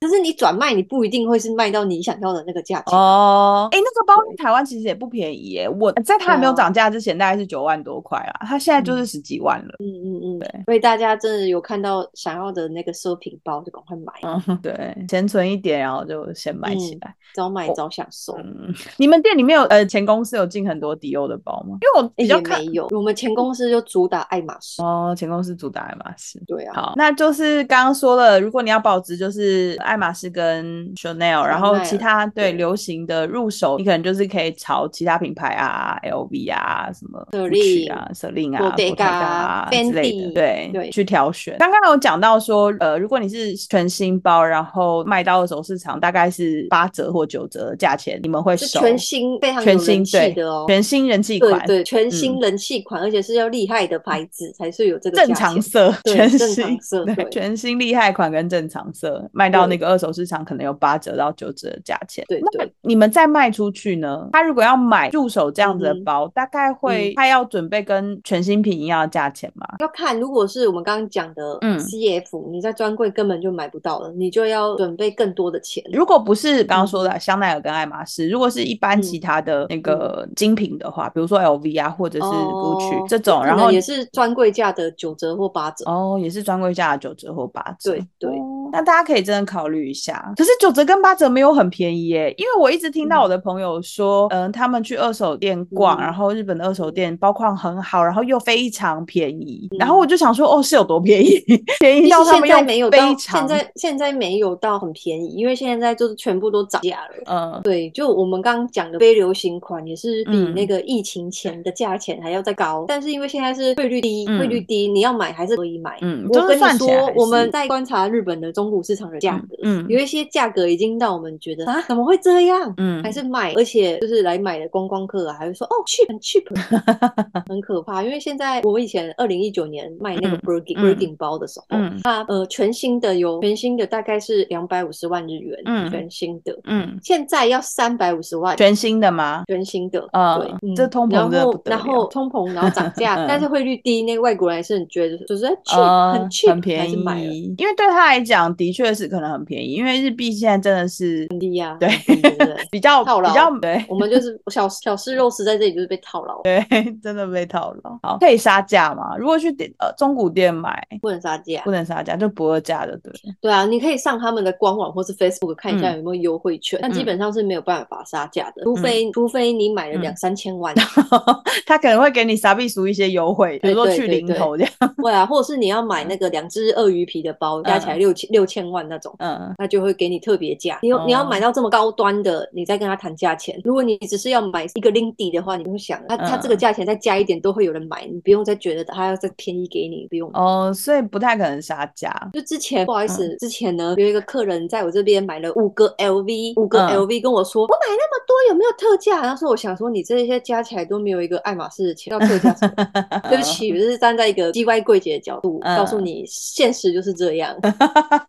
可是你转卖，你不一定会是卖到你想要的那个价钱。哦，哎，那个包在台湾其实也不便宜耶，我在嗯它还没有对啊涨价之前大概是九万多块啦，它现在就是十几万了。嗯嗯嗯对，所以大家真的有看到想要的那个奢品包，就赶快买，嗯，对，钱存一点，然后就先买起嗯来。早买早享受。嗯，你们店里面有呃，前公司有进很多迪欧的包吗？因为我比较哎也看没有，我们前公司就主打爱马仕，哦，前公司主打爱马仕。对啊，好，那就是刚刚说了，如果你要保值，就是爱马仕跟 Chanel，然后其他对对流行的入手，你可能就是可以朝其他品牌啊，LV 啊，什么 Celine 啊，Celine 啊 Bottega Bottega 啊之类的， Fendi 对对去挑选。刚刚有讲到说，呃，如果你是全新包，然后卖到二手市场，大概是八折或九折的价钱，你们会是收全新非常有全新人气对的哦。全新人气对款，嗯对，全新人气款，而且是要厉害的牌子才是有这个正价常钱色，对全正新常色对对全新厉害款跟正常色卖到那对个二手市场，可能有八折到九折的价钱。对那对你们再卖出去呢？他如果要买入手这样子的嗯哼包，大概会嗯他要准备跟全新品一样的价钱吗？要看，如果是我们刚刚讲的嗯 CF，、你在专柜根本就买不到了，你就要准备更多的钱。如果不是嗯刚刚说的香奈儿跟爱马仕，如果是一般其他的那个精品的话，比如说 LV 啊，或者是 Gucci、嗯哦这种，可然能后也是专柜价的九折或八折。哦，也是专柜价的九折或八折。对对哦那大家可以真的考虑一下。可是九折跟八折没有很便宜耶，因为我一直听到我的朋友说，嗯、他们去二手店逛，嗯然后日本的二手店包况很好，然后又非常便宜。然后我就想说，哦，是有多便宜？ 便宜其实到他嗯现们在用没有到非，常现在现在没有到很便宜，因为现在就是全部都涨价了。嗯。对，就我们刚刚讲的非流行款，也是比嗯那个疫情前的价钱还要再高，但是因为现在是汇率低，嗯汇率低，你要买还是可以买。嗯，就我跟是你算起来说还，我是们在观察日本的中古市场的价格，嗯嗯有一些价格已经让我们觉得啊，怎么会这样？嗯还是卖，而且就是来买的观光客啊，还会说哦，cheap 很 cheap，很可啊怕。因为现在我以前二零一九年卖那个嗯 Birkin、嗯 Birkin 包的时候，嗯那呃全新的有全新的大概是两百五十万日元，嗯全新的，嗯，现在要三百五十万，全新的吗？全新的，嗯对，这通膨真的然不后得然后了通膨，然后涨价， 嗯但是汇率低，那个外国人还是很觉得就是哎 cheap、呃，很 cheap，很便还是买了。宜，因为对他来讲，的确是可能很便宜，因为日币现在真的是很低呀、啊，对对不 对？比较套牢比较对，我们就是小小吃肉食在这里就是被套牢，对，真的被套牢。好，可以杀价吗？如果去点呃中古店买，不能杀价不。能杀价，就不二价的，对了。对啊，你可以上他们的官网或是 Facebook 看一下嗯有没有优惠券，但基嗯本上是没有办法杀价的，除非除非你买了两嗯三千万， 他可能会给你傻逼叔一些优惠，比如说对对去对零对头这样。对啊，或者是你要买那个两只鳄鱼皮的包，加起来嗯六千六千万那种。嗯，他就会给你特别价。你要你要哦买到这么高端的，你再跟他谈价钱。如果你只是要买一个 Lindy 的话，你会想，他他这个嗯价钱再加一点都会有人买，你不用再觉得他要再便宜给你，不用。哦，嗯所以不太可能杀价。就之前不好意思，之前呢有一个客人在我这边买了五个 LV，五个嗯 LV 跟我说，我买那么多有没有特价？然后说我想说你这些加起来都没有一个爱马仕的钱，要特 价什么？ 对不起，我就是站在一个叽歪柜姐的角度，嗯告诉你现实就是这样。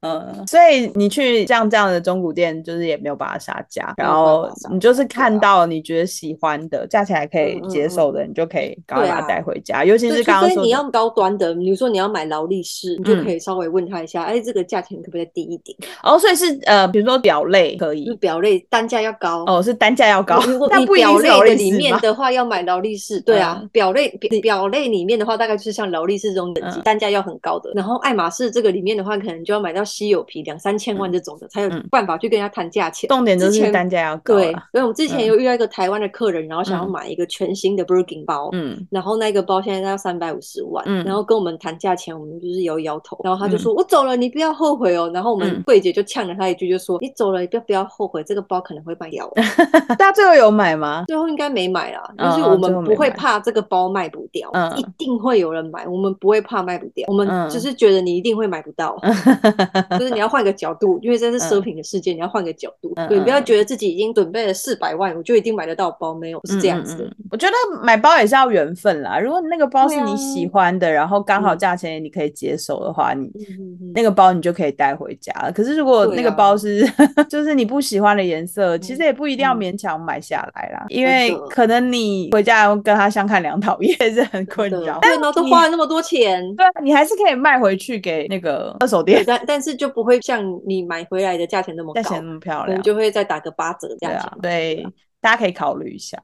嗯，所以你去像这样的中古店，就是也没有把它杀价，没然有办法后杀你就是看对啊到你觉得喜欢的，价钱还可以嗯嗯接嗯受的，你就可以赶快对把它啊带回家。尤其对，是除刚刚非说你的要高端的，比如说你要买劳力士，你就嗯可以稍微问他一下，哎，这个价钱可不可以再低一点？哦，所以是呃，比如说表类可就是以，表类单价要高。哦，是单价要 高，如果但你不一表定是类劳的力里士面吧的话，要买劳力士，对啊嗯，表类表表类里面的话，大概就是像劳力士这种等级，嗯单价要很高的。然后爱马仕这个里面的话，可能就要买到稀有皮两三千万这种的，才有嗯办法去跟人家谈价钱。 重点就之是前单价要高对，啦。因为我们之嗯前有遇到一个台湾的客人，然后想要嗯买一个全新的 Birkin 包，嗯，然后那个包现在要三百五十万，嗯然后跟我们谈价钱，我们就是摇摇头，然后他就嗯说、我走了，你不要后悔哦。然后我嗯们柜姐就呛了他一句，就说、你走了，你不要不要后悔，这个包可能会卖掉哦。 大家最后有买 吗？最后应该没买啦，嗯就是嗯我最后们没不会买怕这个包卖不掉，嗯一定会有人买，我们不会怕卖不掉，我们嗯就是觉得你一定会买不到。就是你要换个角度，因为这是奢品的世界，你要换个角度，嗯对，不要嗯觉得自己已经准备了四百万，我就一定买得到包，没有不是这样子的。嗯嗯啊嗯我觉得买包也是要缘分啦。如果那个包是你喜欢的，然后刚好嗯价钱你可以接受的话，你嗯嗯嗯那个包你就可以带回家了。可是如果对啊那个包是、 就是你不喜欢的颜色，其实也不一定要嗯勉强买下来啦，因真为的可能你回家要跟它相看两讨 厌，也是很困对，扰。对呢，都你花了那么多钱， 对啊，你还是可以卖回去给那个二手店，但但是就不会像你买回来的价钱那么价高，钱那么漂我们亮。就会再打个八折这对样啊钱，。对，大家可以考虑一下。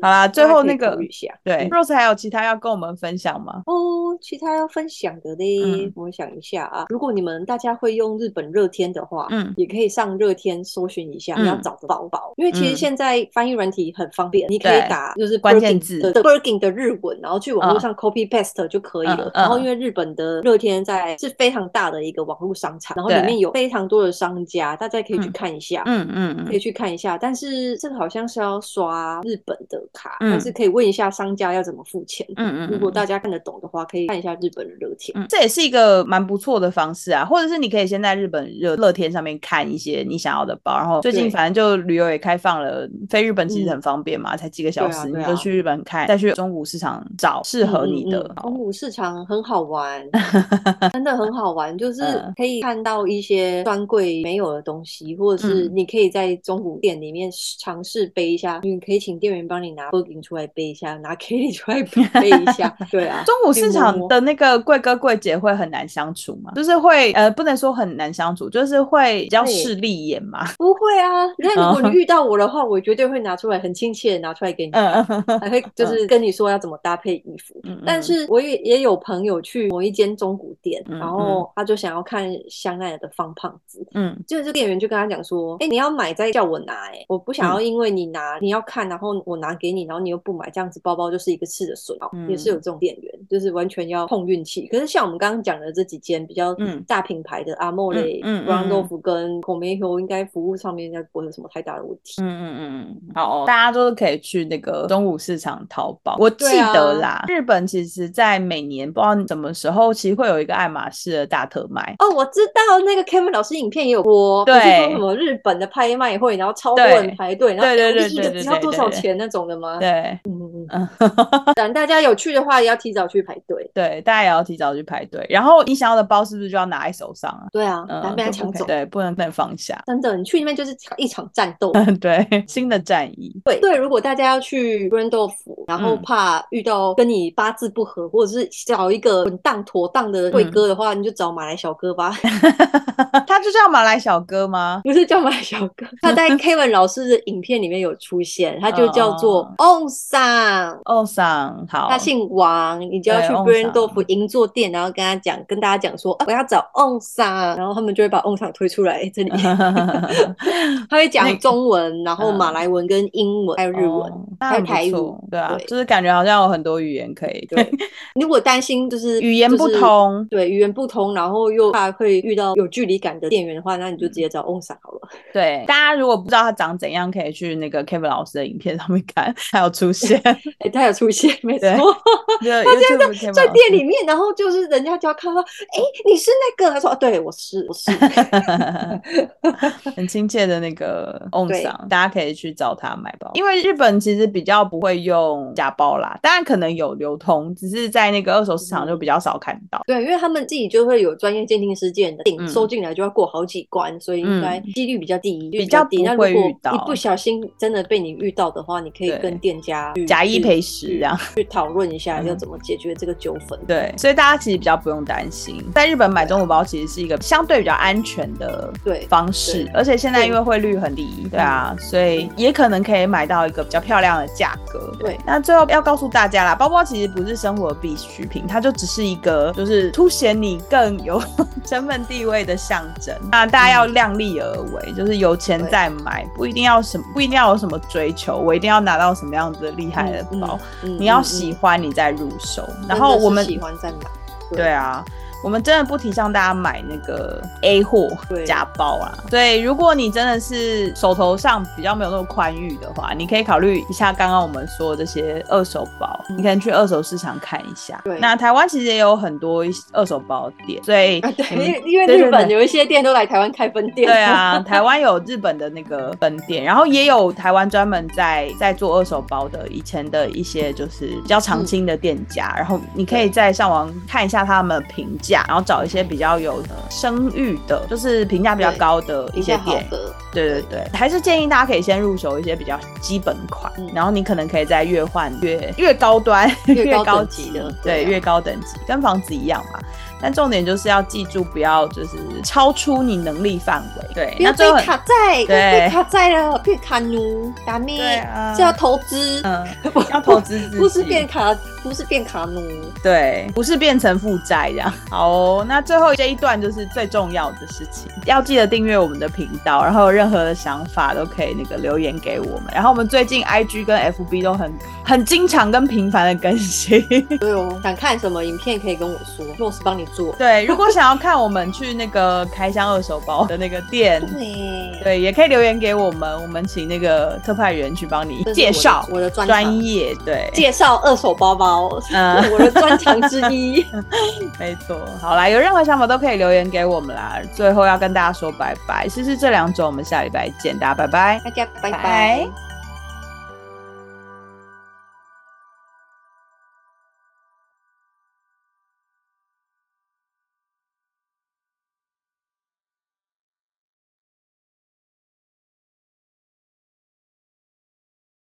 好啦，最后那嗯大家个可以考虑一下对嗯 Rose 还有其他要跟我们分享吗？哦，其他要分享的嘞，嗯我想一下啊，如果你们大家会用日本热天的话，嗯也可以上热天搜寻一下，嗯你要找的包包，因为其嗯实现在翻译软体很方便，你可以对打就是关键 Birkin 字的的 Birkin 的日文，然后去网络上 copy paste 就可以了嗯。然后嗯因为日本的热天在是非常大的一个网络商场，然后对里面有非常多的商家，大家可以去嗯看一下。嗯嗯可以嗯，去看一下，但是这个好像是要刷日本的卡，嗯但是可以问一下商家要怎么付钱。嗯嗯，如果大家看得懂的话，可以看一下日本的热帖。嗯，这也是一个蛮不错的方式啊，或者是你可以先在日本热乐天上面看一些你想要的包，然后最近对反正就旅游也开放了，飞日本其实嗯很方便嘛，才几个小对啊时，对你啊就去日本看，再去中古市场找适合你的嗯嗯嗯。好中古市场很好 玩，真的很好玩，就是嗯可以看到一些专柜没有的东西，或者是嗯你可以在中古店里面试尝试背一下，你可以请店员帮你拿 Birkin 出来背一下，拿 Kelly 出 来背一下，对啊，中古市可以摸场摸的那个贵哥贵姐会很难相处嘛，就是会呃不能说很难相处，就是会比较对势利眼嘛。不会啊，你看如果哦你遇到我的话，我绝对会拿出来很亲切的拿出来给你看，嗯嗯 嗯还会就是跟你说要怎么搭配衣服。嗯，但是我也也有朋友去某一间中古店，嗯然后他就想要看香奈儿的放胖子，嗯就是这店员就跟他讲说，哎、你要买再叫我拿、欸，我不嗯想要因为你拿、你要看，然后我拿给你，然后你又不买，这样子包包就是一个吃的损耗，嗯也是有这种店员，就是完全要碰运气。可是像我们刚刚讲的这几间比较嗯大品牌的阿莫雷、嗯嗯嗯 Randolph 跟 Comejo，应该服务上面应该不会有什么太大的问题。嗯嗯嗯嗯，好、哦，大家就是可以去那个中午市场淘宝。我记对啊得啦，日本其实在每年不知道什么时候，其实会有一个爱马仕的大特卖。哦，我知道那个 Kevin 老师影片也有播，对不是说什么日本的拍卖会，然后超多人排队，然后对对对哎一对个对只要对多少对对钱那种的吗？对嗯嗯嗯，但大家有去的话，也要提早去排队。对，大家也要提早去排队。然后你想要的包是不是就要拿在手上啊？对啊，然后嗯，被他就抢不可以走。对，不能不能放下。 真的，你去那边就是一场战斗。对，新的战役。 对对，如果大家要去 r a n d o l p 然后嗯怕遇到跟你八字不合，或者是找一个稳当妥当的嗯贵哥的话，你就找马来小哥吧， 他就叫马来小哥吗？不是叫马来小哥，他在 Kevin 老师的影片里面有出现，他就叫做 On San。哦，上好，他姓王，你就要对去 On b r a n d o San l 银座店，然后跟他讲，跟大家讲说，啊、我要找 On San，然后他们就会把 On San 推出来这里。 他会嗯 那嗯讲中文，然后马来文跟英文，还有日 文。哦那还有很不台语错对啊，对就是感觉好像有很多语言可以，对，如果担心就是语言不，通就。是对语言不通，然后又怕会遇到有距离感的店员的话，那你就直接找 ONSA 好 了。对，大家如果不知道他长怎样，可以去那个 Kevin 老师的影片上面看，还有出现哎、他有出现，没错 对，就 YouTube Kevin 在老店师里面，然后就是人家就要看到，哎、你是那个？他说，啊对，我是，我 是。 很亲切的那个 on 对上，大家可以去找他买包。因为日本其实比较不会用假包啦，当然可能有流通，只是在那个二手市场就比较少看到。对，因为他们自己就会有专业鉴定师鉴定，嗯收进来就要过好几关，所以应该几率比较低，几率比较低。不那如会果遇到一不小心真的被你遇到的话，你可以对跟店家去假一去赔十这样，去讨论一下嗯要怎么解决这个纠纷。对，所以大家其实比较不用担心，在日本买中古包其实是一个相对比较安全的对方式对，而且现在对因为汇率很低，对啊，所以也可能可以买到一个比较漂亮的价格。对那最后要告诉大家啦，包包其实不是生活必需品，它就只是一个就是凸显你更有 身份地位的象征。那大家要量力而为，就是有钱对再买，不一定要什么，不一定要有什么追求，我一定要拿到什么样子的厉害的嗯包，嗯你要嗯喜嗯欢你再入手。然真后的我是们喜欢在哪？ 对啊，我们真的不提倡大家买那个 A 货对假包啦。所以如果你真的是手头上比较没有那么宽裕的话，你可以考虑一下刚刚我们说的这些二手包，你可能去二手市场看一下。对那台湾其实也有很多一些二手包店，所以啊，对，你因们为因为对日对本对有一些店都来台湾开分店。对啊，台湾有日本的那个分店，然后也有台湾专门在在做二手包的，以前的一些就是比较常青的店嗯家，然后你可以再上网看一下他们的评价，然后找一些比较有呃声誉的，就是评价比较对高的一比些较好店。的，对对对，还是建议大家可以先入手一些比较基本款，嗯然后你可能可以再越换越越高端、越高高等级的对对，啊越高等级，跟房子一样嘛。但重点就是要记住，不要就是超出你能力范围。对，不那要最被后很卡债，不要对被卡债了，变卡奴，卡咪对啊是要投资，嗯，要投资自己，不是变卡，不是变卡奴。对，不是变成负债这样。好哦、那最后这一段就是最重要的事情，要记得订阅我们的频道，然后有任何的想法都可以那个留言给我们。然后我们最近 IG 跟 FB 都很很经常跟频繁的更新。对哦，想看什么影片可以跟我说，Rose 帮你做。对，如果想要看我们去那个开箱二手包的那个店。对，对，也可以留言给我们，我们请那个特派员去帮你这是介绍我的我的专专长，业。对，介绍二手包包，嗯是我的专长之 一。没错，好啦，有任何想法都可以留言给我们啦。最后要跟大家说拜拜，试试这两种，我们下礼拜见，大家拜拜。大家拜拜拜